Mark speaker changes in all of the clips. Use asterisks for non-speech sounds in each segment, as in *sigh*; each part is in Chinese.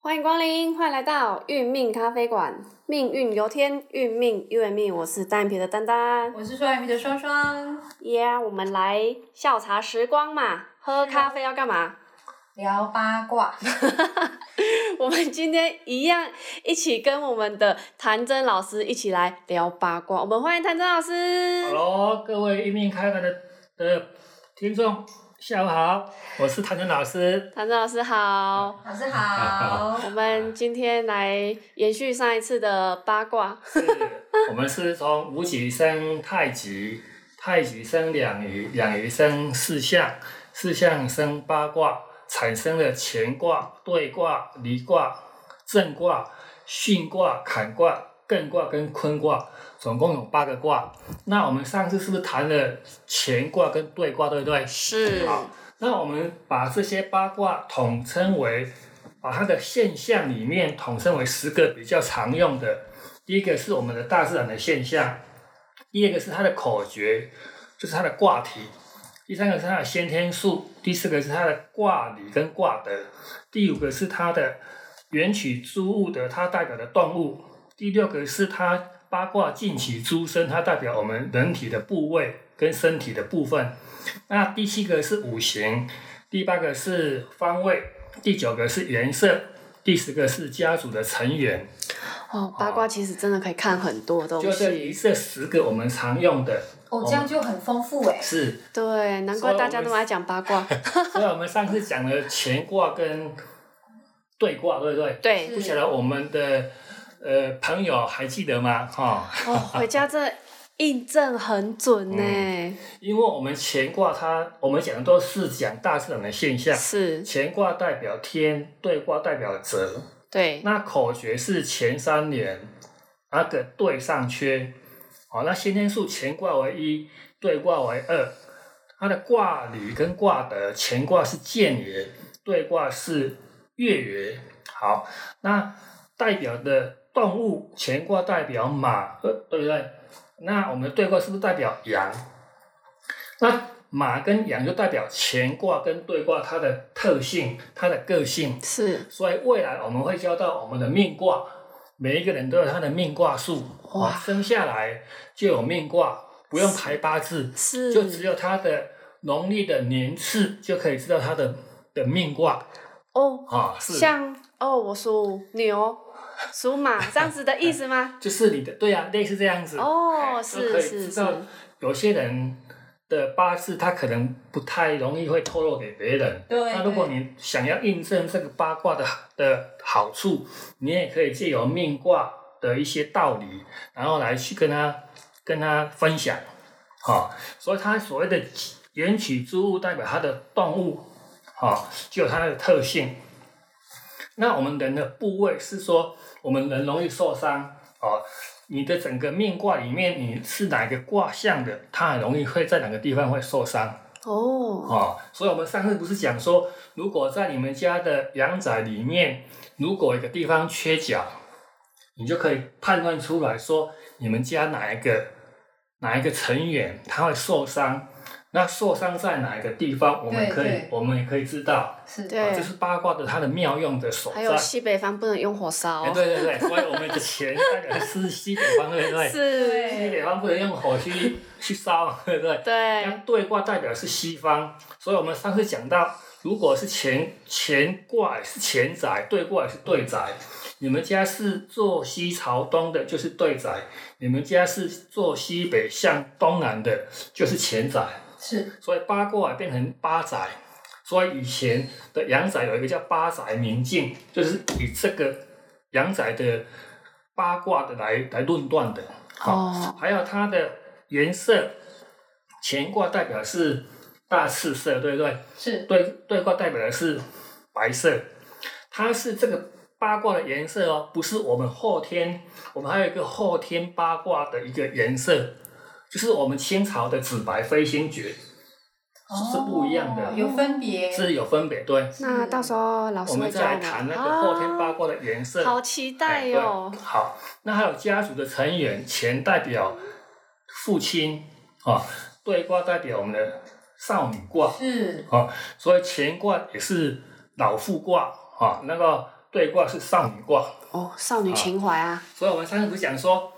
Speaker 1: 光临，欢迎来到运命咖啡馆，命运由天，运命由命。我是单眼皮的丹丹，
Speaker 2: 我是双眼皮的双双，
Speaker 1: 耶、我们来笑茶时光嘛，喝
Speaker 2: 是啊
Speaker 1: 咖啡要干嘛？ *laughs*
Speaker 2: 聊八卦。
Speaker 1: 我们今天一样一起跟我们的谭真老师一起来聊八卦，我们欢迎谭真老
Speaker 3: 哈
Speaker 1: 师。
Speaker 3: 喽，各位一命开门的的听众，下午好，我是谭腾老师。
Speaker 1: 谭真老师好，
Speaker 2: 老师
Speaker 3: *laughs*
Speaker 2: 好，
Speaker 1: 我们今天来延续上一次的八卦，
Speaker 3: 是呃我们是从无极生太极，太极生两仪，两仪生四象，四象生八卦，产生了乾卦、兑卦、离卦、震卦、巽卦、坎卦、艮卦跟坤卦，总共有八个卦。那我们上次是不是谈了乾卦跟兑卦，对不对？
Speaker 1: 是
Speaker 3: 好那我们把这些八卦统称为，把它的现象里面统称为十个比较常用的。第一个是我们的大自然的现象，第二个是它的口诀，就是它的卦体；第三个是它的先天数，第四个是它的卦理跟卦德；第五个是它的缘起诸物的它代表的动物；第六个是它八卦近起诸身，它代表我们人体的部位跟身体的部分。那第七个是五行，第八个是方位，第九个是颜色，第十个是家族的成员。
Speaker 1: 哦，八卦其实真的可以看很多东
Speaker 3: 就这
Speaker 1: 西，
Speaker 3: 里这十个我们常用的
Speaker 2: 哦，这样就很丰富哎。
Speaker 3: 是，
Speaker 1: 对，难怪大家那么爱讲八卦，
Speaker 3: 所以我们上次讲了乾卦跟兑卦，对不对？
Speaker 1: 对。
Speaker 3: 不晓得我们的呃朋友还记得吗？哈、
Speaker 1: 哦，回家这印证很准呢、
Speaker 3: 因为我们乾卦它我们讲的都是讲大自然的现象，
Speaker 1: 是，
Speaker 3: 乾卦代表天，兑卦代表泽。
Speaker 1: 对，
Speaker 3: 那口诀是前三连，那个对上缺，好，那先天数乾卦为一，对卦为二，它的卦理跟卦德，乾卦是建元，对卦是月元。好，那代表的动物，乾卦代表马，呃对不对？那我们的对卦是不是代表羊？那马跟羊就代表乾卦跟对卦它的特性，它的个性。
Speaker 1: 是
Speaker 3: 所以未来我们会教到我们的命卦，每一个人都有他的命卦数，
Speaker 1: 哇
Speaker 3: 哇，生下来就有命卦，不用排八字，
Speaker 1: 是，
Speaker 3: 就只有他的农历的年次就可以知道他的的命卦
Speaker 1: 哦，
Speaker 3: 啊，是，
Speaker 1: 像哦，我属牛，属马这样子的意思吗？
Speaker 3: 就是你的对呀、类似这样子，
Speaker 1: 哦，
Speaker 3: 哎
Speaker 1: 是
Speaker 3: 都可以
Speaker 1: 是
Speaker 3: 知道
Speaker 1: 是，
Speaker 3: 有些人的八字他可能不太容易会透露给别人，
Speaker 2: 对
Speaker 3: 那如果你想要印证这个八卦的的好处，你也可以借由命卦的一些道理，然后来去跟他跟他分享，啊、所以它所谓的缘起之物代表它的动物，啊、就有它的特性。那我们人的部位是说，我们人容易受伤，啊、你的整个命卦里面你是哪个卦象的，它很容易会在哪个地方会受伤。
Speaker 1: 哦，
Speaker 3: 哦，所以我们上次不是讲说，如果在你们家的阳宅里面，如果有一个地方缺角，你就可以判断出来说，你们家哪一个哪一个成员他会受伤，那受伤在哪一个地方，我们
Speaker 2: 对
Speaker 3: 可以
Speaker 2: 对
Speaker 3: 我们也可以知道，哦
Speaker 2: 是
Speaker 1: 对
Speaker 3: 这是八卦的它的妙用的所
Speaker 1: 还
Speaker 3: 在。
Speaker 1: 有西北方不能用火烧
Speaker 3: 哎，，对对对，所以我们的钱大概是西北方，对不对？
Speaker 1: 是，
Speaker 3: 西北方不能用火去 *laughs* 去烧，对不对？那
Speaker 1: 对，
Speaker 3: 对卦代表是西方，所以我们上次讲到，如果是乾乾卦也是乾宅，对卦也是对宅。你们家是坐西朝东的，就是对宅；你们家是坐西北向东南的，就是乾宅。
Speaker 2: 是
Speaker 3: 所以八卦也变成八宅。所以以前的阳宅有一个叫八宅明镜，就是以这个阳宅的八卦的来来论断的。好
Speaker 1: 哦，
Speaker 3: 还有它的颜色，乾卦代表是大赤色，对不对？
Speaker 2: 是
Speaker 3: 对对卦代表的是白色，它是这个八卦的颜色哦，不是我们后天，我们还有一个后天八卦的一个颜色，就是我们清朝的紫白飞星诀
Speaker 2: 哦
Speaker 3: 是不一样的
Speaker 2: 有分别。
Speaker 3: 是有分别，对。
Speaker 1: 那到时候老
Speaker 3: 我
Speaker 1: 师会
Speaker 3: 们
Speaker 1: 教
Speaker 3: 再来
Speaker 1: 们
Speaker 3: 谈那个后天八
Speaker 1: 啊
Speaker 3: 卦的颜色。
Speaker 1: 好期
Speaker 3: 哎
Speaker 1: 待
Speaker 3: 对
Speaker 1: 哦，
Speaker 3: 好，那还有家族的成员，乾代表父亲啊，兑卦代表我们的少女卦，
Speaker 2: 是
Speaker 3: 所以乾卦也是老父卦啊。那个对卦是少女卦，
Speaker 1: 哦，少女情怀啊，
Speaker 3: 所以我们上次不是讲说，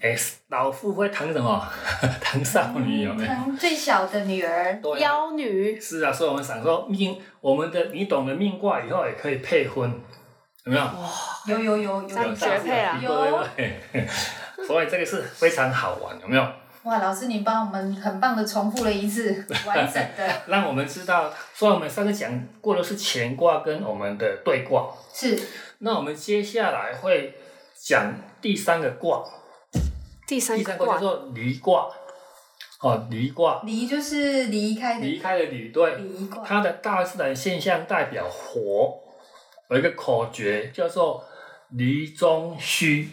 Speaker 3: 哎，老妇会疼什么？ *laughs* 嗯疼少女有没有？
Speaker 2: 疼嗯最小的女儿，
Speaker 3: 对啊、
Speaker 1: 妖女
Speaker 3: 是啊，所以我们想说命，我们的你懂得命卦以后也可以配婚，有没有？
Speaker 2: 有有有有
Speaker 1: 三
Speaker 2: 有
Speaker 1: 绝配啊
Speaker 3: 对不对？ *laughs* 所以这个是非常好玩，有没有？
Speaker 2: 哇，老师，你帮我们很棒的重复了一
Speaker 3: *laughs*
Speaker 2: 次完整的，
Speaker 3: 让我们知道，所以我们上次讲过的是乾卦跟我们的兑卦，
Speaker 2: 是
Speaker 3: 那我们接下来会讲第三个卦，
Speaker 1: 第三
Speaker 3: 第
Speaker 1: 个
Speaker 3: 三个卦
Speaker 1: 卦，
Speaker 3: 叫做离卦，哦，离卦，
Speaker 2: 离就是离开
Speaker 3: 离
Speaker 2: 的
Speaker 3: 开了离，对，
Speaker 2: 离卦，
Speaker 3: 它的大自然现象代表火，有一个口诀叫做离中虚。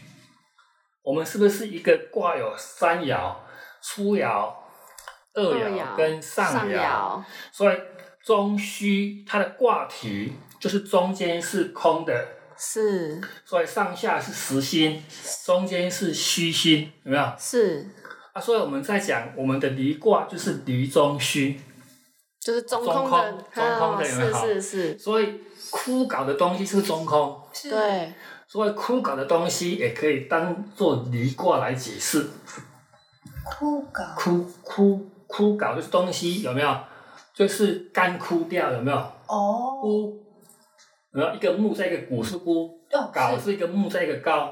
Speaker 3: 我们是不是一个卦有三爻、初爻、二爻跟上
Speaker 1: 上
Speaker 3: 爻？
Speaker 1: 爻，
Speaker 3: 所以中虚它的卦体就是中间是空的，
Speaker 1: 是
Speaker 3: 所以上下是实心，中间是虚心，有没有？
Speaker 1: 是，
Speaker 3: 啊，所以我们在讲我们的离卦就是离中虚。
Speaker 1: 就是中
Speaker 3: 中
Speaker 1: 空的， *laughs*
Speaker 3: 空中空
Speaker 1: 哦
Speaker 3: 的有没有好
Speaker 1: 是是是，
Speaker 3: 所以枯槁的东西是中空，
Speaker 2: 是
Speaker 1: 对，
Speaker 3: 所以枯槁的东西也可以当做离卦来解释。
Speaker 2: 枯槁，
Speaker 3: 枯枯枯槁就是东西有没有？就是干枯掉有没有？
Speaker 2: 哦
Speaker 3: 枯，然后一个木在一个古是枯，
Speaker 2: 哦
Speaker 3: 槁
Speaker 2: 是
Speaker 3: 是一个木在一个高，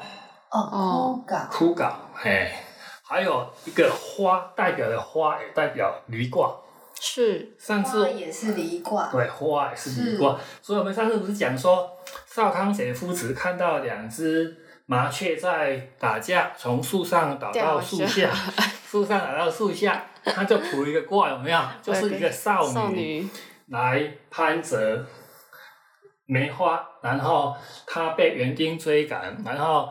Speaker 2: 哦枯槁，
Speaker 3: 枯槁。哎，还有一个花代表的花也代表离卦。
Speaker 1: 是
Speaker 3: 上次
Speaker 2: 花也是离卦，
Speaker 3: 对，花也是离卦。所以我们上次不是讲说，少康水夫子看到两只麻雀在打架，从树上打到树下
Speaker 1: 掉，
Speaker 3: *laughs* 树上打到树下，他就卜一个卦，有没有？就是一个少
Speaker 1: 少
Speaker 3: 女
Speaker 1: 女，
Speaker 3: 来攀折梅花，然后她被园丁追赶，然后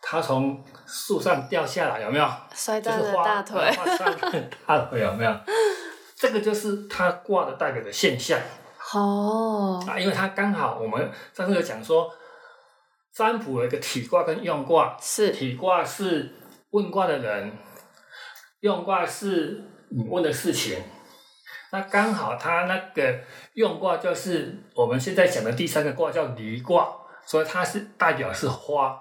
Speaker 3: 她从树上掉下来，有没有？
Speaker 1: 摔
Speaker 3: 就
Speaker 1: 断
Speaker 3: 是
Speaker 1: 了
Speaker 3: 花
Speaker 1: 大腿，
Speaker 3: 花上的大腿有没 *laughs* 有？这个就是它卦的代表的现象。
Speaker 1: 哦，
Speaker 3: 啊，因为它刚好我们上次有讲说，占卜有一个体卦跟用卦， *laughs*
Speaker 1: 是
Speaker 3: 体卦是问卦的人，用卦是你问的事情。那刚好它那个用卦就是我们现在讲的第三个卦叫离卦，所以它是代表是花，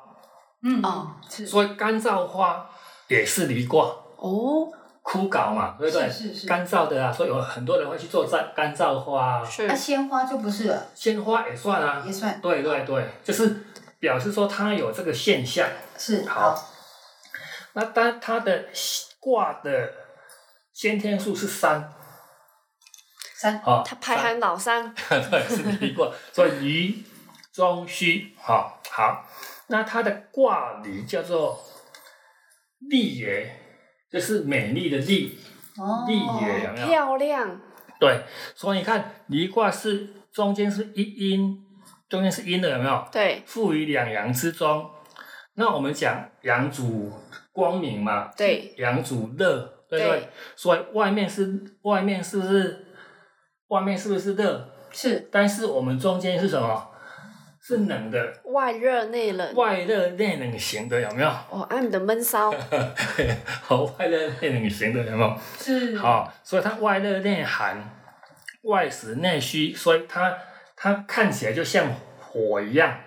Speaker 2: 嗯
Speaker 1: 哦
Speaker 2: 是
Speaker 3: 所以干燥花也是离卦，
Speaker 1: 哦，
Speaker 3: 枯槁嘛，对不对？
Speaker 2: 是是是
Speaker 3: 干燥的啊，所以有很多人会去做干干燥花啊，
Speaker 1: 是
Speaker 2: 那鲜花就不是了，
Speaker 3: 鲜花也算啊，
Speaker 2: 也算
Speaker 3: 对对对，就是表示说它有这个现象。
Speaker 2: 是
Speaker 3: 好，那当它的卦的先天数是三，
Speaker 2: 三
Speaker 3: 好、
Speaker 1: 他排行老三，
Speaker 3: 三 *laughs* 对是离卦，所以离中虚，好、好。那它的卦理叫做丽也，就是美丽的丽，
Speaker 2: 哦
Speaker 3: 丽也有没有？
Speaker 1: 漂亮，
Speaker 3: 对，所以你看离卦是中间是一阴，中间是阴的，有没有？
Speaker 1: 对
Speaker 3: 富于两阳之中。那我们讲阳主光明嘛，
Speaker 1: 对，
Speaker 3: 阳主热，对不对？
Speaker 1: 对
Speaker 3: 所以外面是外面是不是外面是不是热？
Speaker 2: 是
Speaker 3: 但是我们中间是什么？是冷的，
Speaker 1: 外热内冷，
Speaker 3: 外热内冷型的有没有？ *laughs*
Speaker 1: 哦，按你的闷骚，
Speaker 3: 好，外热内冷型的有没有？
Speaker 2: 是
Speaker 3: 好，所以它外热内寒，外实内虚，所以它它看起来就像火一样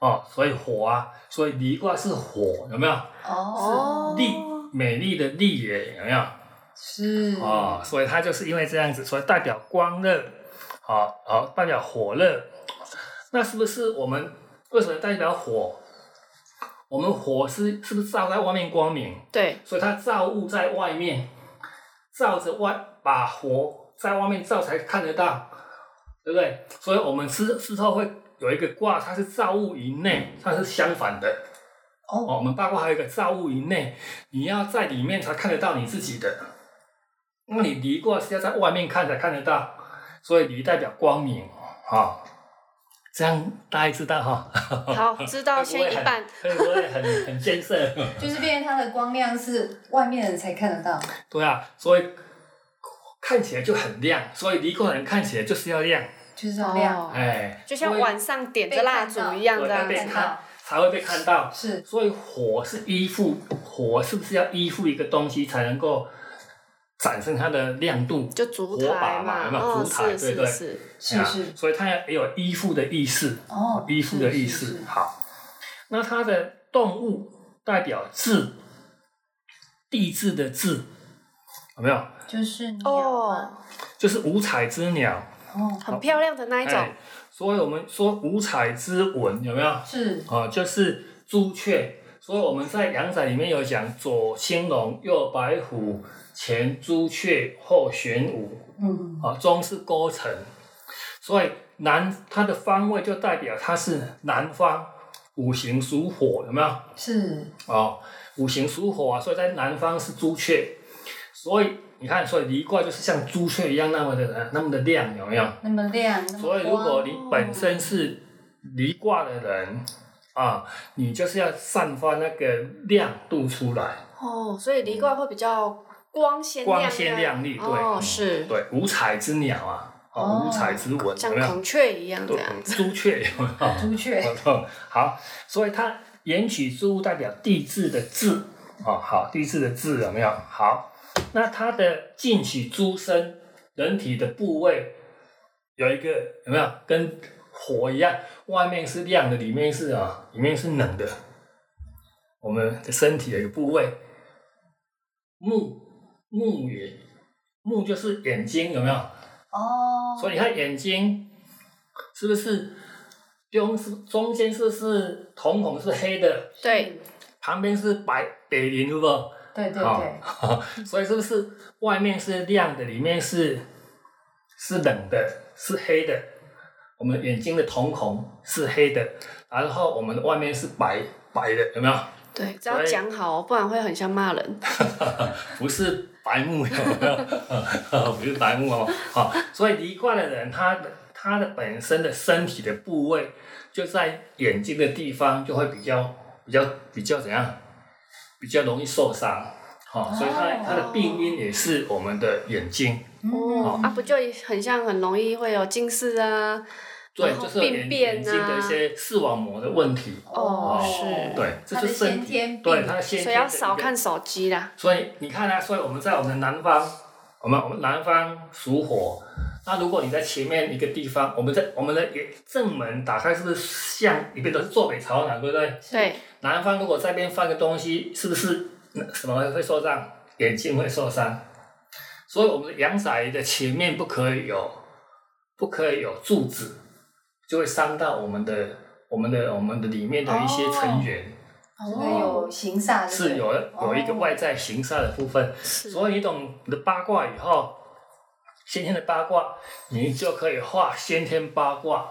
Speaker 3: 哦，所以火啊，所以离卦是火，有没有？
Speaker 2: 哦
Speaker 1: 哦
Speaker 3: 丽，美丽的丽也有没有？
Speaker 2: 是
Speaker 3: 哦，所以它就是因为这样子，所以代表光热，好、好、代表火热。那是不是我们为什么代表火？我们火是是不是照在外面光明？ *laughs*
Speaker 1: 对，
Speaker 3: 所以它照物在外面，照着外把火在外面照才看得到，对不对？所以我们之之后会有一个卦，它是照物以内，它是相反的。
Speaker 2: 哦
Speaker 3: 哦，我们八卦还有一个造物以内，你要在里面才看得到你自己的。那你离卦是要在外面看才看得到，所以离代表光明啊、这样大家知道哈、
Speaker 1: 好，知道先一半，
Speaker 3: 会哎不会很 *laughs* 很艰涩？
Speaker 2: 就是变成它的光亮是外面人才看得到，
Speaker 3: 对啊，所以看起来就很亮，所以离卦的人看起来就是要亮，
Speaker 2: 就是这种亮，
Speaker 1: 哦，
Speaker 3: 哎，
Speaker 1: 就像
Speaker 3: 所以
Speaker 1: 晚上点着蜡烛一样
Speaker 3: 对
Speaker 1: 这样
Speaker 3: 被
Speaker 1: 子，哦
Speaker 2: 看
Speaker 3: 看
Speaker 2: 到
Speaker 3: 才会被看到。
Speaker 2: 是
Speaker 3: 所以火是依附，火是不是要依附一个东西才能够展现它的亮度，
Speaker 1: 就烛
Speaker 3: 火
Speaker 1: 台
Speaker 3: 把
Speaker 1: 嘛，
Speaker 3: 嘛，
Speaker 1: 哦，
Speaker 3: 烛台，
Speaker 1: 是
Speaker 3: 对不
Speaker 1: 是
Speaker 3: 对？
Speaker 1: 是，
Speaker 2: 是是
Speaker 3: 所以它也有依附的意识，
Speaker 2: 哦，
Speaker 3: 依附的意
Speaker 2: 是
Speaker 3: 识
Speaker 2: 是。是
Speaker 3: 好，那它的动物代表智，地质的智，有没有？
Speaker 2: 就是鸟
Speaker 1: 哦
Speaker 2: 嘛，
Speaker 3: 就是五彩之鸟，
Speaker 2: 哦，
Speaker 1: 很漂亮的那一种
Speaker 3: 哎，所以我们说五彩之吻，有没有？
Speaker 2: 是
Speaker 3: 啊，就是朱雀。所以我们在阳宅里面有讲左青龙，右白虎，前朱雀，后玄武，
Speaker 2: 嗯
Speaker 3: 啊，中是勾陈，所以南它的方位就代表它是南方，五行属火，有没有？
Speaker 2: 是
Speaker 3: 哦，五行属火啊，所以在南方是朱雀，所以你看，所以离卦就是像朱雀一样那么的那么的亮，有没有？
Speaker 2: 那么亮，那么
Speaker 3: 所以，如果
Speaker 2: 光
Speaker 3: 你本身是离卦的人啊，你就是要散发那个亮度出来，
Speaker 1: 哦，所以离卦会比较光鲜亮
Speaker 3: 嗯光鲜亮丽，对，
Speaker 1: 哦
Speaker 3: 嗯
Speaker 1: 是，
Speaker 3: 对，五彩之鸟啊，
Speaker 2: 哦
Speaker 3: 哦，五彩之文，
Speaker 1: 像
Speaker 3: 有没有？
Speaker 1: 孔雀一样这
Speaker 3: 对
Speaker 1: 样，子，
Speaker 3: 朱雀有没有？
Speaker 2: 朱雀
Speaker 3: *laughs* 嗯好，所以它言取之物代表地质的质哦，好，地质的质有没有？好，那它的进取诸身人体的部位有一个有没有跟火一样，外面是亮的，里面是啊，里面是冷的。我们的身体有一个部位，目目也，目就是眼睛有没有？
Speaker 2: 哦，
Speaker 3: 所以你看眼睛是不是中是中间是不是瞳孔是黑的，
Speaker 1: 对，
Speaker 3: 旁边是白白磷，是不？
Speaker 2: 对对
Speaker 3: 好
Speaker 2: 对，
Speaker 3: *laughs* 所以是不是外面是亮的，里面是是冷的，是黑的？我们眼睛的瞳孔是黑的，然后我们的外面是白白的，有没有？
Speaker 1: 对，只要讲好哦，不然会很像骂
Speaker 3: *laughs*
Speaker 1: 人。
Speaker 3: 不是白目，有没有？不是白目哦，好，所以离卦的人，他的他的本身的身体的部位就在眼睛的地方，就会比较比较比较怎样，比较容易受伤，好、所以他
Speaker 2: 哦
Speaker 3: 他的病因也是我们的眼睛，
Speaker 1: 哦，啊，不就很像很容易会有近视啊？
Speaker 3: 对，
Speaker 1: 然后
Speaker 3: 就是眼
Speaker 1: 病变
Speaker 3: 眼
Speaker 1: 啊
Speaker 3: 睛的一些视网膜的问题，
Speaker 1: 哦
Speaker 2: 哦
Speaker 1: 是
Speaker 3: 对，这
Speaker 2: 他的
Speaker 3: 是身
Speaker 2: 先
Speaker 3: 体，
Speaker 2: 天
Speaker 3: 对
Speaker 2: 病
Speaker 3: 他的先
Speaker 1: 所以
Speaker 3: 天
Speaker 1: 要
Speaker 3: 的一
Speaker 1: 少
Speaker 3: 个
Speaker 1: 看手机啦。
Speaker 3: 所以你看啊，所以我们在我们的南方，我们我们南方属火。那如果你在前面一个地方，我们在我们的也正门打开，是不是向里面都是坐北朝南，对不对？
Speaker 1: 对，
Speaker 3: 南方如果这边放个东西，是不是嗯什么会受伤？眼睛会受伤。所以我们的阳宅的前面不可以有，不可以有柱子，就会伤到我们的我们的我们的里面的一些成员，
Speaker 2: 所以哦有形煞对不对
Speaker 3: 哦是有有一个外在形煞的部分。
Speaker 1: 哦是
Speaker 3: 所以你懂得八卦以后，先天的八卦，你就可以画先天八卦，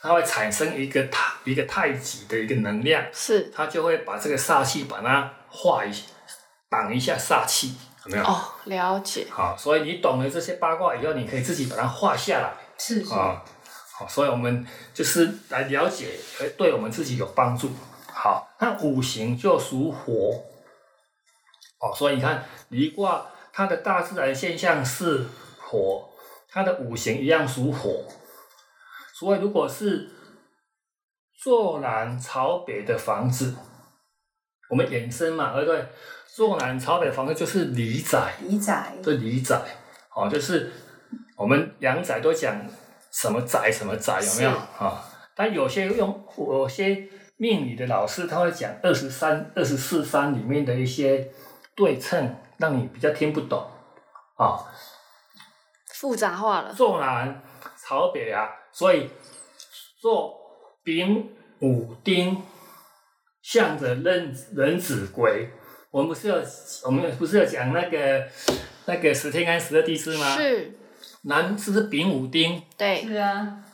Speaker 3: 它会产生一个太一个太极的一个能量，
Speaker 1: 是
Speaker 3: 它就会把这个煞气把它化一挡一下煞气，有没有？
Speaker 1: 哦，了解。
Speaker 3: 好，所以你懂了这些八卦以后，你可以自己把它画下来
Speaker 2: 是是
Speaker 3: 啊。好，所以我们就是来了解，呃对我们自己有帮助。好，那五行就属火，哦，所以你看离卦它的大自然现象是火，它的五行一样属火，所以如果是坐南朝北的房子，我们衍生嘛，对不对？坐南朝北的房子就是离宅，
Speaker 2: 李仔
Speaker 3: 这里宅，哦，就是我们阳宅都讲什么宅什么宅，有没有
Speaker 1: 是
Speaker 3: 啊、但有些用有些命理的老师他会讲二十三、二十四三里面的一些对称，让你比较听不懂啊、
Speaker 1: 复杂化了，
Speaker 3: 坐南朝北啊，所以坐丙午丁向着壬壬子归。我们不是有我们不是有讲那个那个十天干十二地支吗？
Speaker 1: 是，
Speaker 3: 南是不是丙午丁？
Speaker 1: 对
Speaker 2: 是啊，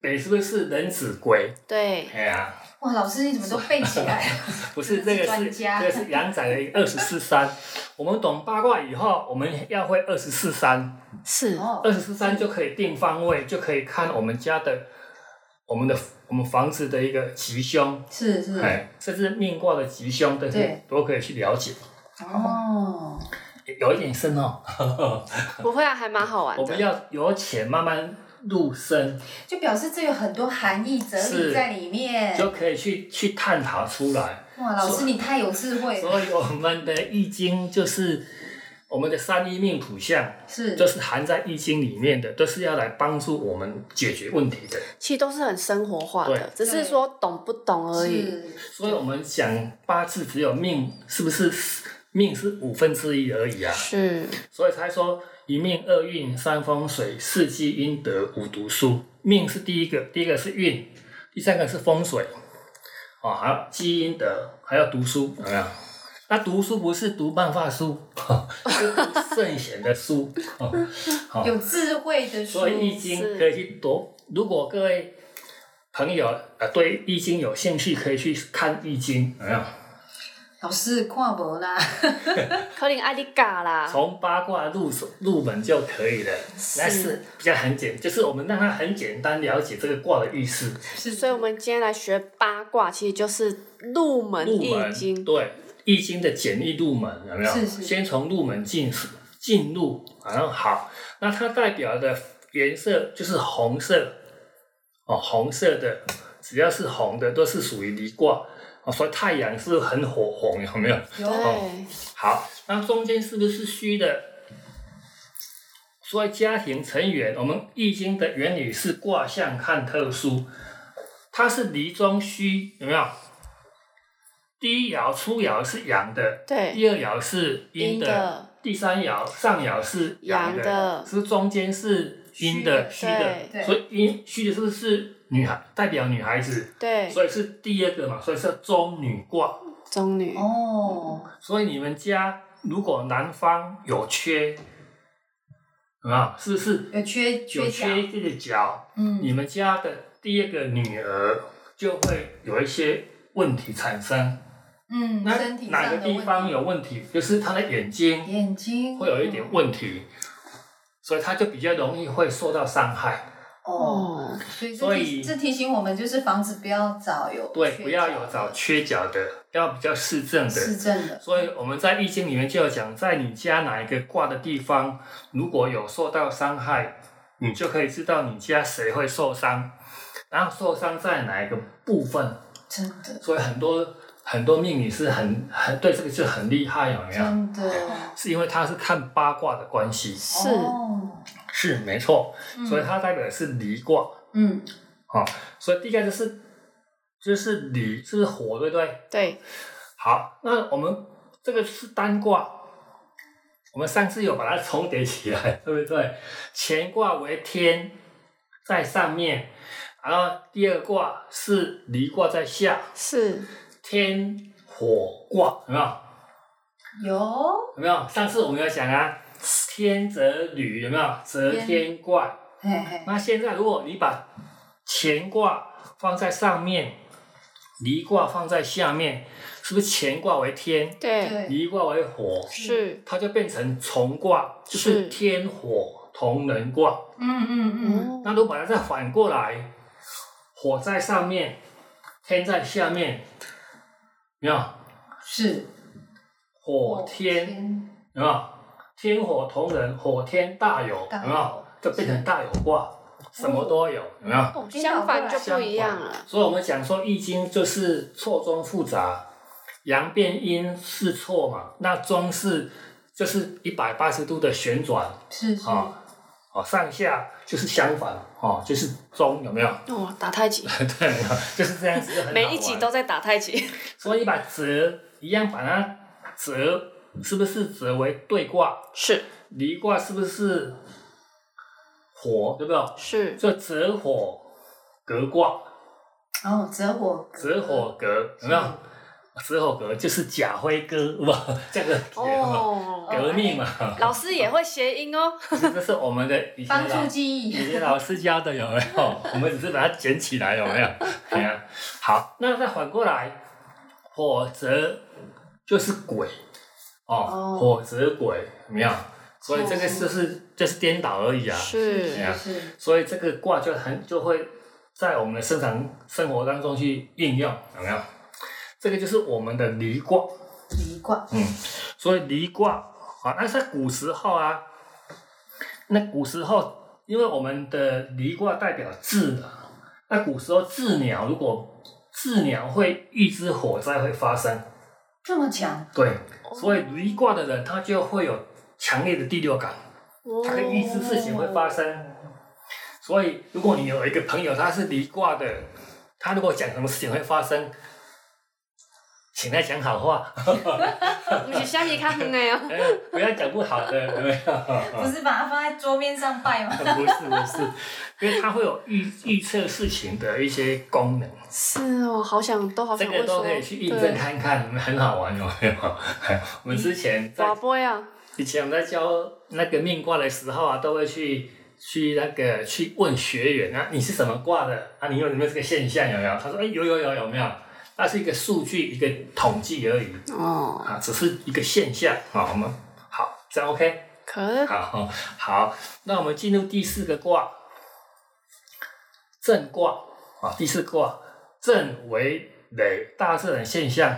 Speaker 3: 北是不是壬子归？
Speaker 1: 对，
Speaker 3: 哎呀、
Speaker 2: 哇，老师你怎么都背起来？
Speaker 3: *laughs* 不是这个
Speaker 2: 专
Speaker 3: 是
Speaker 2: 家
Speaker 3: 这个是阳宅的二十四三。我们懂八卦以后，我们要会二十四三。
Speaker 1: 是
Speaker 2: 哦
Speaker 3: 二，十四三就可以定方位，就可以看我们家的、我们的、我们房子的一个吉凶，
Speaker 2: 是是
Speaker 3: 哎，甚至命卦的吉凶，都可以
Speaker 2: 对
Speaker 3: 都可以去了解。
Speaker 2: 哦，
Speaker 3: 有一点深哦，
Speaker 1: 不会啊，还蛮好玩
Speaker 3: 我们
Speaker 1: 的。
Speaker 3: 要由浅慢慢入深，
Speaker 2: 就表示这有很多含义哲
Speaker 3: 是
Speaker 2: 理在里面。
Speaker 3: 就可以去去探讨出来。
Speaker 2: 哇，老师你太有智慧了。
Speaker 3: 所以我们的易经就是我们的三一命谱相，
Speaker 2: 是
Speaker 3: 这是含在易经里面的，都是要来帮助我们解决问题的。
Speaker 1: 其实都是很生活化的，只是说懂不懂而已。
Speaker 2: 是
Speaker 3: 所以我们讲八字只有命，是不是命是五分之一而已啊？
Speaker 1: 是，
Speaker 3: 所以才说一命二运三风水四积阴德五读书。命是第一个，第一个是运，第三个是风水，啊、还有积阴德，还要读书，有没有？那读书不是读漫画书，是读圣贤的书，哦好、
Speaker 2: 有智慧的书
Speaker 3: 所以《易经
Speaker 1: 是》
Speaker 3: 可以去读。如果各位朋友呃对《易经》有兴趣，可以去看《易经》，有没有？
Speaker 2: 老师看无啦， *laughs*
Speaker 1: 可能爱你嘎啦，
Speaker 3: 从八卦入手入门就可以了，那是比较很简，就是我们让他很简单了解这个卦的意思。
Speaker 2: 是
Speaker 1: 所以我们今天来学八卦，其实就是入门
Speaker 3: 入
Speaker 1: 易
Speaker 3: 门
Speaker 1: 经。
Speaker 3: 对易经的简易入门有没有？
Speaker 2: 是是
Speaker 3: 先从入门进进入，然后好，那它代表的颜色就是红色哦，红色的只要是红的都是属于离卦哦，所以太阳是很火红有没有？
Speaker 2: 有
Speaker 3: 哦
Speaker 1: 对，
Speaker 3: 好，那中间是不是虚的？所以家庭成员，我们易经的原理是卦象看特殊，它是离中虚，有没有？第一爻、初爻是阳的，
Speaker 1: 对
Speaker 3: 第二爻是阴
Speaker 1: 阴的
Speaker 3: 第三爻上爻是阳
Speaker 1: 阳的
Speaker 3: 是中间是阴的、虚
Speaker 1: 虚
Speaker 3: 的
Speaker 1: 的，
Speaker 2: 对
Speaker 3: 所以阴虚的是不是女孩代表女孩子？
Speaker 1: 对，
Speaker 3: 所以是第二个嘛，所以是中女卦。
Speaker 1: 中女
Speaker 2: 哦，
Speaker 3: 所以你们家如果男方有缺，啊，是不是
Speaker 2: 有缺
Speaker 3: 有
Speaker 2: 缺角，
Speaker 3: 缺这个角？
Speaker 2: 嗯，
Speaker 3: 你们家的第二个女儿就会有一些问题产生。
Speaker 2: 嗯，
Speaker 3: 那
Speaker 2: 身体
Speaker 3: 哪
Speaker 2: 上
Speaker 3: 个
Speaker 2: 的
Speaker 3: 地方
Speaker 2: 问
Speaker 3: 有问题？就是她的眼
Speaker 2: 题，
Speaker 3: 睛
Speaker 2: 眼睛
Speaker 3: 会有一点问题，所以她就比较容易会受到伤害。
Speaker 2: 哦，
Speaker 1: 哦，
Speaker 2: 所以这
Speaker 3: 所以
Speaker 2: 提这提醒我们就是防止不要找有
Speaker 3: 对，
Speaker 2: 缺
Speaker 3: 不要
Speaker 2: 角
Speaker 3: 有找缺角的，要比较适正的。
Speaker 2: 是正的，
Speaker 3: 所以我们在易经里面就有讲，在你家哪一个卦的地方，如果有受到伤害，你就可以知道你家谁会受伤，然后受伤在哪一个部分。
Speaker 2: 真的
Speaker 3: 所以很多很多命理是很很对这个就很厉害，有没有？
Speaker 2: 真的
Speaker 3: 是因为他是看八卦的关系，
Speaker 1: 是
Speaker 2: 哦
Speaker 3: 是没错，
Speaker 2: 嗯
Speaker 3: 所以它代表的是离卦。
Speaker 2: 嗯
Speaker 3: 所以第一个就是就是离，就是火，对不对？
Speaker 1: 对，
Speaker 3: 好，那我们这个是单卦，我们上次有把它重叠起来，对不对？乾卦为天在上面，然后第二卦是离卦在下，
Speaker 1: 是
Speaker 3: 天火卦，有没有？
Speaker 2: 有
Speaker 3: 有没有？上次我们有讲啊，天则履，有没有？则天卦。
Speaker 2: 嘿嘿
Speaker 3: 那现在如果你把乾卦放在上面，离卦放在下面，是不是乾卦为天，
Speaker 1: 对，
Speaker 2: 对
Speaker 3: 离卦为火？
Speaker 1: 是，
Speaker 3: 它就变成重卦，就是
Speaker 1: 是
Speaker 3: 天火同人卦。
Speaker 2: 嗯嗯嗯
Speaker 1: 哦
Speaker 3: 那如果把它再反过来，火在上面，天在下面，有没有？
Speaker 2: 是
Speaker 3: 火天有没有？天火同人，火天大有
Speaker 2: 大有
Speaker 3: 有没有？就变成大有卦，什么都有有没有？
Speaker 1: 哦相反就不一样了，
Speaker 3: 所以我们讲说《易经》就是错综复杂，阳变阴是错嘛，那中是就是一百八十度的旋转。
Speaker 2: 是是
Speaker 3: 啊哦，上下就是相反哦，就是中有没 *laughs* 有？
Speaker 1: 哦，打太极，
Speaker 3: 对，没有就是这样子，就很好玩
Speaker 1: 每一集都在打太
Speaker 3: *laughs*
Speaker 1: 极，
Speaker 3: 所以把折一样把它折，是不是折为对卦？
Speaker 1: 是
Speaker 3: 离卦是不是火？对不对？
Speaker 1: 是
Speaker 3: 就折火隔卦，
Speaker 2: 然后折火
Speaker 3: 折火隔有没有？折火隔就是甲辉哥，哇，这个
Speaker 1: 哦，
Speaker 3: 革命嘛，
Speaker 1: 老师也会谐音哦，
Speaker 3: 这是我们的以前
Speaker 2: 帮
Speaker 3: 老
Speaker 2: 助记忆
Speaker 3: 以前老师教的有没有？ *laughs* 我们只是把它捡起来有没有？哎呀，好，那再反过来，火则就是鬼哦，
Speaker 2: 哦
Speaker 3: 火则鬼有没有？所以这个
Speaker 2: 哦
Speaker 3: 就是就是颠倒而已啊。
Speaker 1: 是
Speaker 3: 啊
Speaker 2: 是
Speaker 3: 所以这个卦就很就会在我们的生产生活当中去应用，有没有？这个就是我们的离卦，
Speaker 2: 离卦
Speaker 3: 嗯，所以离卦啊，那在古时候啊，那古时候，因为我们的离卦代表雉嘛，那古时候雉鸟如果雉鸟会预知火灾会发生，
Speaker 2: 这么强
Speaker 3: 对，所以离卦的人他就会有强烈的第六感，
Speaker 1: 哦
Speaker 3: 他可以预知事情会发生。所以，如果你有一个朋友他是离卦的，他如果讲什么事情会发生，请他讲好话， *laughs*
Speaker 1: 不是下面看的哦。
Speaker 3: 哎不要讲不好的， *laughs* 有没有？
Speaker 2: 不是把它放在桌面上拜吗？
Speaker 3: *laughs* 不是不是，因为它会有预预测事情的一些功能，
Speaker 1: *laughs* 是哦，好想都好
Speaker 3: 这
Speaker 1: 想会
Speaker 3: 个都
Speaker 1: 说。
Speaker 3: 可以去印证
Speaker 1: 对
Speaker 3: 看看，很好玩有没有？ *laughs* 我们之前在
Speaker 1: 瓦杯啊，
Speaker 3: 以前我们在教那个命卦的时候啊，都会去去那个去问学员啊，你是什么卦的啊？你有没有这个现象有没有？他说哎、有有有有没有？那是一个数据一个统计而已
Speaker 1: 哦，
Speaker 3: 啊，只是一个现象啊。我们好，这样 OK。
Speaker 1: 可
Speaker 3: 好好，那我们进入第四个卦，震卦啊，第四卦震为雷，大自然现象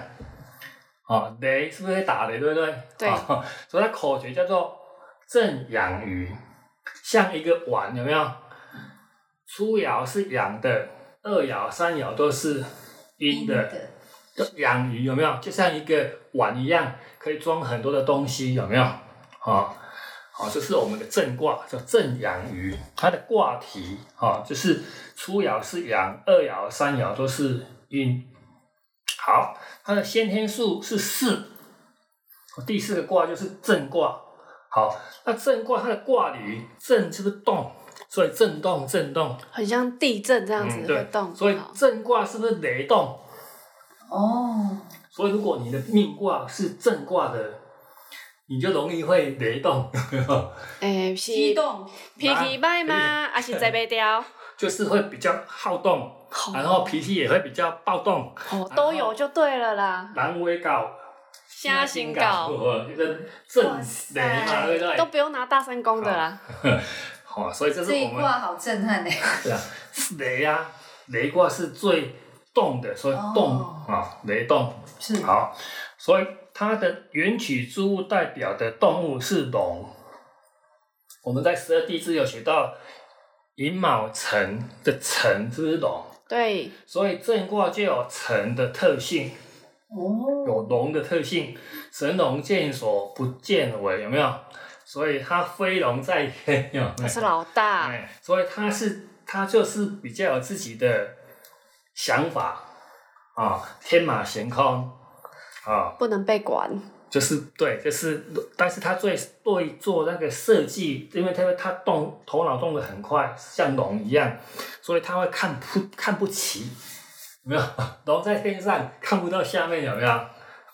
Speaker 3: 啊，雷是不是会打雷，对不对？
Speaker 1: 对
Speaker 3: 啊所以它口诀叫做震养鱼，像一个碗，有没有？初爻是阳的，二爻、三爻都是阴的，养鱼有没有？就像一个碗一样，可以装很多的东西，有没有？啊、好，这是我们的正卦，叫正阳鱼。它的卦体啊、就是初爻是阳，二爻、三爻都是阴。好，它的先天数是四，第四个卦就是震卦。好，那震卦它的卦理震就是动，所以震动震动，
Speaker 1: 很像地震这样子
Speaker 3: 嗯
Speaker 1: 会
Speaker 3: 对
Speaker 1: 动，哦
Speaker 3: 所以
Speaker 1: 好
Speaker 3: 震卦是不是雷动？
Speaker 2: 哦，
Speaker 3: 所以如果你的命卦是正卦的，你就容易会雷动， *laughs* 有没有
Speaker 1: 诶哎是
Speaker 2: 激动，
Speaker 1: 脾气歹吗？还是坐不掉？
Speaker 3: 就是会比较好动，
Speaker 1: *laughs* 好
Speaker 3: 然后脾气也会比较暴动，
Speaker 1: 哦，都有就对了啦。
Speaker 3: 难为搞，哦
Speaker 1: 瞎行
Speaker 3: *laughs*
Speaker 1: 搞，
Speaker 3: 就是正
Speaker 2: 哇
Speaker 3: 雷
Speaker 2: 塞
Speaker 3: 嘛，对不
Speaker 1: 都
Speaker 3: 对？
Speaker 1: 不用拿大声公的啦。
Speaker 3: 好，所以这是
Speaker 2: 这
Speaker 3: 我
Speaker 2: 一
Speaker 3: 们
Speaker 2: 卦好震撼哎！
Speaker 3: 对啊， *laughs* 雷啊，雷卦是最动的，所以动
Speaker 2: 哦
Speaker 3: 啊，雷动。
Speaker 2: 是
Speaker 3: 好，所以它的原始之物代表的动物是龙。我们在十二地支有学到寅卯辰的辰是不是龙？
Speaker 1: 对，
Speaker 3: 所以震卦就有辰的特性，有
Speaker 2: 哦，
Speaker 3: 龙的特性。神龙见首不见尾，有没有？所以它飞龙在天，有没
Speaker 1: 他
Speaker 3: 有？
Speaker 1: 是老大，
Speaker 3: 哎，所以他是他就是比较有自己的想法啊，天马行空啊，
Speaker 1: 不能被管。
Speaker 3: 就是对，就是，但是他最对做那个设计，因为他他动头脑动得很快，像龙一样，所以他会看不看不起，有没 *laughs* 有？龙在天上看不到下面，有没有？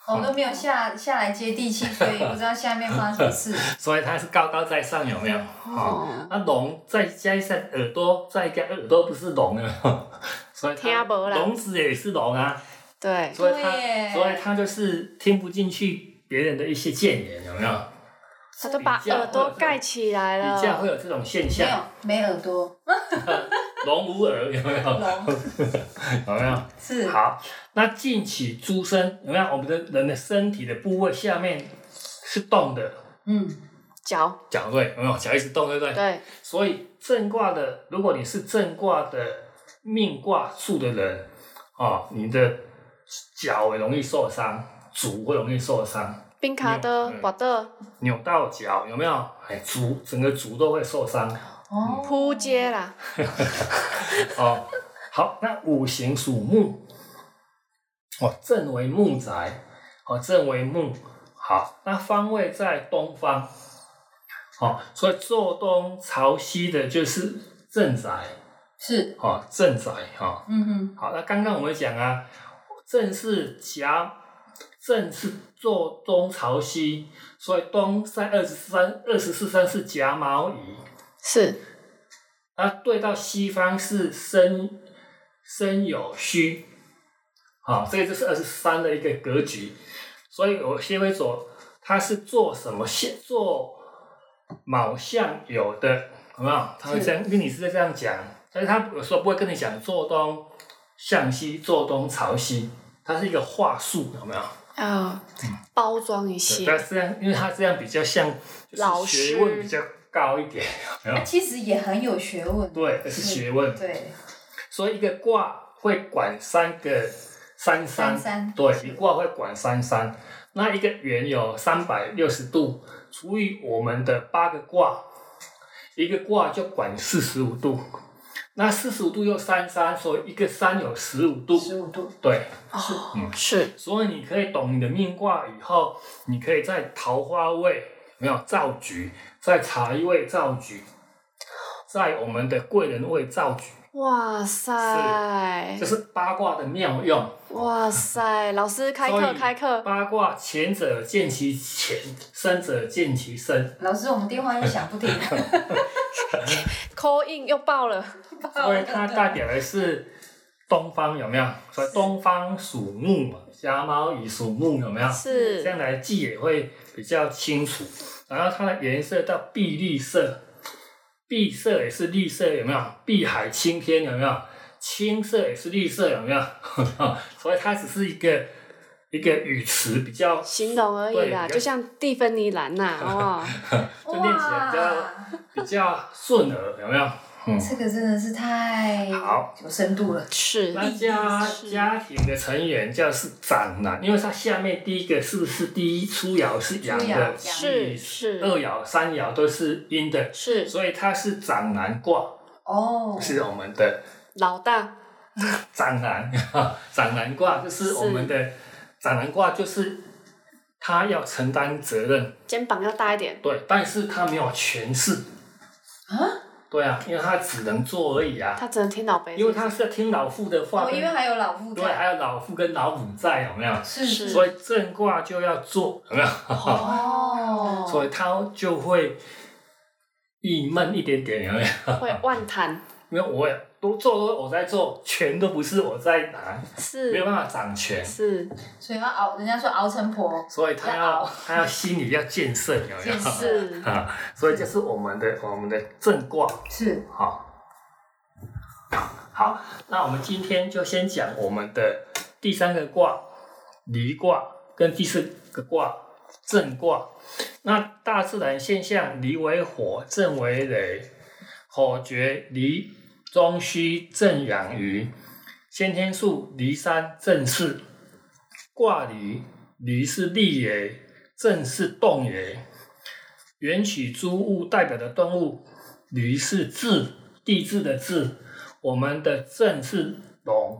Speaker 2: 我都没有下下来接地气，所以不知道下面发生什么
Speaker 3: *laughs*
Speaker 2: 事。
Speaker 3: 所以它是高高在上，有没有？啊，
Speaker 1: 哦，
Speaker 3: 那龙再加上耳朵，再加耳朵不是龙了， *laughs* 所以它
Speaker 1: 听不啦
Speaker 3: 聋子也是龙啊，
Speaker 1: 对，
Speaker 3: 所以它
Speaker 2: 对耶
Speaker 3: 所以它就是听不进去别人的一些谏言，有没有？
Speaker 1: 他都把耳朵盖起来
Speaker 3: 比较会
Speaker 1: 了。
Speaker 3: 有这种现
Speaker 2: 没
Speaker 3: 象，
Speaker 2: 有，没耳
Speaker 3: *laughs*
Speaker 2: 朵，
Speaker 3: 龙无耳有没有？
Speaker 2: 龙
Speaker 3: 有没有？
Speaker 2: 是
Speaker 3: 好，那近起诸身有没有？我们的人的身体的部位下面是动的，
Speaker 2: 嗯，
Speaker 1: 脚，
Speaker 3: 脚对有没有？脚一直动对不对？
Speaker 1: 对，
Speaker 3: 所以正卦的，如果你是正卦的命卦数的人，啊、你的脚也容易受伤，足会容易受伤，
Speaker 1: 冰卡的
Speaker 3: 嗯、
Speaker 1: 瓦的、
Speaker 3: 扭到脚有没有？哎，足整个足都会受伤。
Speaker 2: 哦，
Speaker 1: 扑街啦，
Speaker 3: 哦，好，那五行属木，哦，正为木宅，哦，正为木，好，那方位在东方，哦，所以坐东朝西的就是正宅，
Speaker 2: 是，
Speaker 3: 哦，正宅，哦，
Speaker 2: 嗯哼，
Speaker 3: 好，那刚刚我们讲啊，正是夹，正是坐东朝西，所以东在二十三、二十四三是夹毛夷，
Speaker 1: 是
Speaker 3: 那对到西方是身身有虚，好，这个就是二十三的一个格局。所以我先会走，他是做什么相？做卯相有的，好不好？他会这样跟你是这样讲，但是他有时候不会跟你讲做东向西，做东朝西，它是一个话术，有没有？
Speaker 1: 要包装一
Speaker 3: 对
Speaker 1: 些
Speaker 3: 但，是这样，因为他这样比较像，
Speaker 1: 老
Speaker 3: 就是
Speaker 1: 师
Speaker 3: 学问比较高一点，有没有
Speaker 2: 那？其实也很有学问。
Speaker 3: 对，是学问。
Speaker 2: 对，
Speaker 3: 所以一个卦会管三个三
Speaker 2: 三
Speaker 3: 三
Speaker 2: 三
Speaker 3: 对，一卦会管三三，那一个圆有三百六十度，除以我们的八个卦，一个卦就管四十五度，那四十五度又三三，所以一个三有十五度，
Speaker 2: 十五度，
Speaker 3: 对，嗯
Speaker 1: 哦，是
Speaker 3: 所以你可以懂你的命卦以后，你可以在桃花位有没有造局，在财位造局，在我们的贵人位造局，
Speaker 1: 哇塞
Speaker 3: 这，是八卦的妙用。
Speaker 1: 哇塞，老师开课
Speaker 3: 所以
Speaker 1: 开课，
Speaker 3: 八卦前者见其前，深者见其
Speaker 1: *laughs*
Speaker 3: 深。
Speaker 2: 老师，我们电话又响不停，
Speaker 3: *laughs*
Speaker 1: 扣印又爆了，
Speaker 3: 所以它代表的是东方有没有？所以东方属木嘛，甲卯乙属木有没有？
Speaker 1: 是
Speaker 3: 这样来记也会比较清楚。然后它的颜色到碧绿色，碧色也是绿色，有没有？碧海青天有没有？青色也是绿色，有没 *laughs* 有？所以它只是一个一个语词，比较
Speaker 1: 形容而已
Speaker 3: 对
Speaker 1: 啦，
Speaker 3: 比较
Speaker 1: 就像蒂芬尼蓝
Speaker 3: *laughs*
Speaker 1: 呐，哦，
Speaker 3: 就念起来比较
Speaker 2: 哇，
Speaker 3: 比较顺耳，有没有？嗯，
Speaker 2: 这个真的是太
Speaker 3: 好
Speaker 2: 有深度了，
Speaker 1: 是
Speaker 3: 那家
Speaker 1: 是
Speaker 3: 家庭的成员就是长男，因为它下面第一个是不是第一初爻是阳
Speaker 2: 初爻
Speaker 3: 的，
Speaker 2: 阳
Speaker 1: 是是
Speaker 3: 二爻、三爻都是阴的，
Speaker 1: 是
Speaker 3: 所以它是长男卦，
Speaker 2: 哦，
Speaker 3: 是我们的
Speaker 1: 老大，
Speaker 3: 长男， *laughs* 长男卦就是我们的长男卦，就是他要承担责任，
Speaker 1: 肩膀要大一点，
Speaker 3: 对，但是他没有权势，
Speaker 2: 啊，
Speaker 3: 对啊，因为他只能做而已啊，
Speaker 1: 他只能听老辈，
Speaker 3: 因为他是要听老父的话
Speaker 2: 哦，，因为还有老父
Speaker 3: 对，还
Speaker 2: 在，
Speaker 3: 有老父跟老母在，有没有？
Speaker 2: 是
Speaker 1: 是
Speaker 3: 所以正卦就要做，有没有？
Speaker 2: 哦，
Speaker 3: *laughs* 所以他就会郁闷一点点，有没有？
Speaker 1: 会万谈，
Speaker 3: 因为我也都做，都我在做，权都不是我在拿，没
Speaker 1: 是
Speaker 3: 有办法掌权，
Speaker 1: 是
Speaker 2: 所以要熬，人家说熬成婆，
Speaker 3: 所以他
Speaker 2: 要
Speaker 3: 要
Speaker 2: 熬
Speaker 3: 他要心理要建设，有没
Speaker 2: 哦 *laughs* 建
Speaker 3: 有？
Speaker 2: 设
Speaker 1: 是，
Speaker 3: *laughs* 啊，所以这是我们的我们的正卦，
Speaker 2: 是
Speaker 3: 好。好，那我们今天就先讲我们的第三个卦离卦跟第四个卦震卦。那大自然现象，离为火，震为雷，火绝离中虚，震养鱼。先天数离山震四，卦离离是立也，震是动也。缘起诸物代表的动物，驴是智，地质的智，我们的正是龙。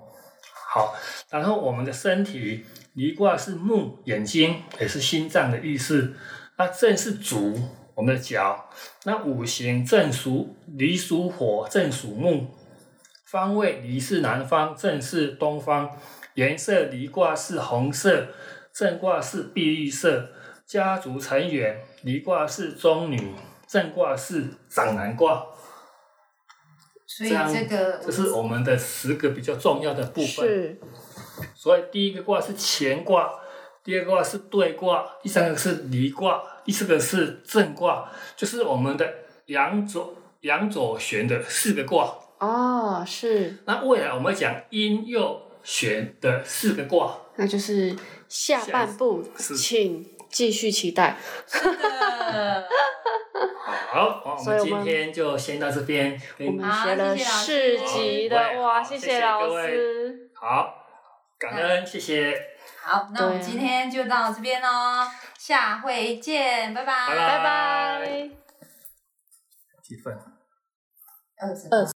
Speaker 3: 好，然后我们的身体，离卦是目，眼睛也是心脏的意思。那正是足，我们的脚。那五行正属离属火，正属木。方位离是南方，正是东方。颜色离卦是红色，正卦是碧绿色。家族成员离卦是中女，正卦是长男卦。
Speaker 2: 所以
Speaker 3: 这样
Speaker 2: 这个
Speaker 3: 这是我们的十个比较重要的部分。
Speaker 1: 是
Speaker 3: 所以第一个卦是乾卦，第二个卦是兑卦，第三个是离卦，第四个是震卦，就是我们的阳左阳左旋的四个卦。
Speaker 1: 哦是，
Speaker 3: 那未来我们会讲阴右旋的四个卦。
Speaker 1: 那就是下半部，
Speaker 3: 是
Speaker 1: 请继续期待，
Speaker 2: 呃
Speaker 3: 好，好我
Speaker 1: 所以
Speaker 3: 们
Speaker 1: 我
Speaker 3: 今
Speaker 1: 们
Speaker 3: 天就先到这边。
Speaker 1: 我们
Speaker 2: 好
Speaker 1: 学了
Speaker 2: 谢谢
Speaker 1: 四级
Speaker 2: 老师
Speaker 3: 嗯好
Speaker 1: 的，
Speaker 3: 对
Speaker 1: 哇，
Speaker 3: 好
Speaker 1: 谢
Speaker 3: 谢谢
Speaker 1: 老
Speaker 3: 各位
Speaker 1: 师。
Speaker 3: 好，感恩，谢谢，
Speaker 2: 好，那我们
Speaker 1: 对啊
Speaker 2: 今天就到这边喽，下回见，拜拜，
Speaker 3: 拜
Speaker 1: 拜拜。
Speaker 3: 几分？
Speaker 2: 二十。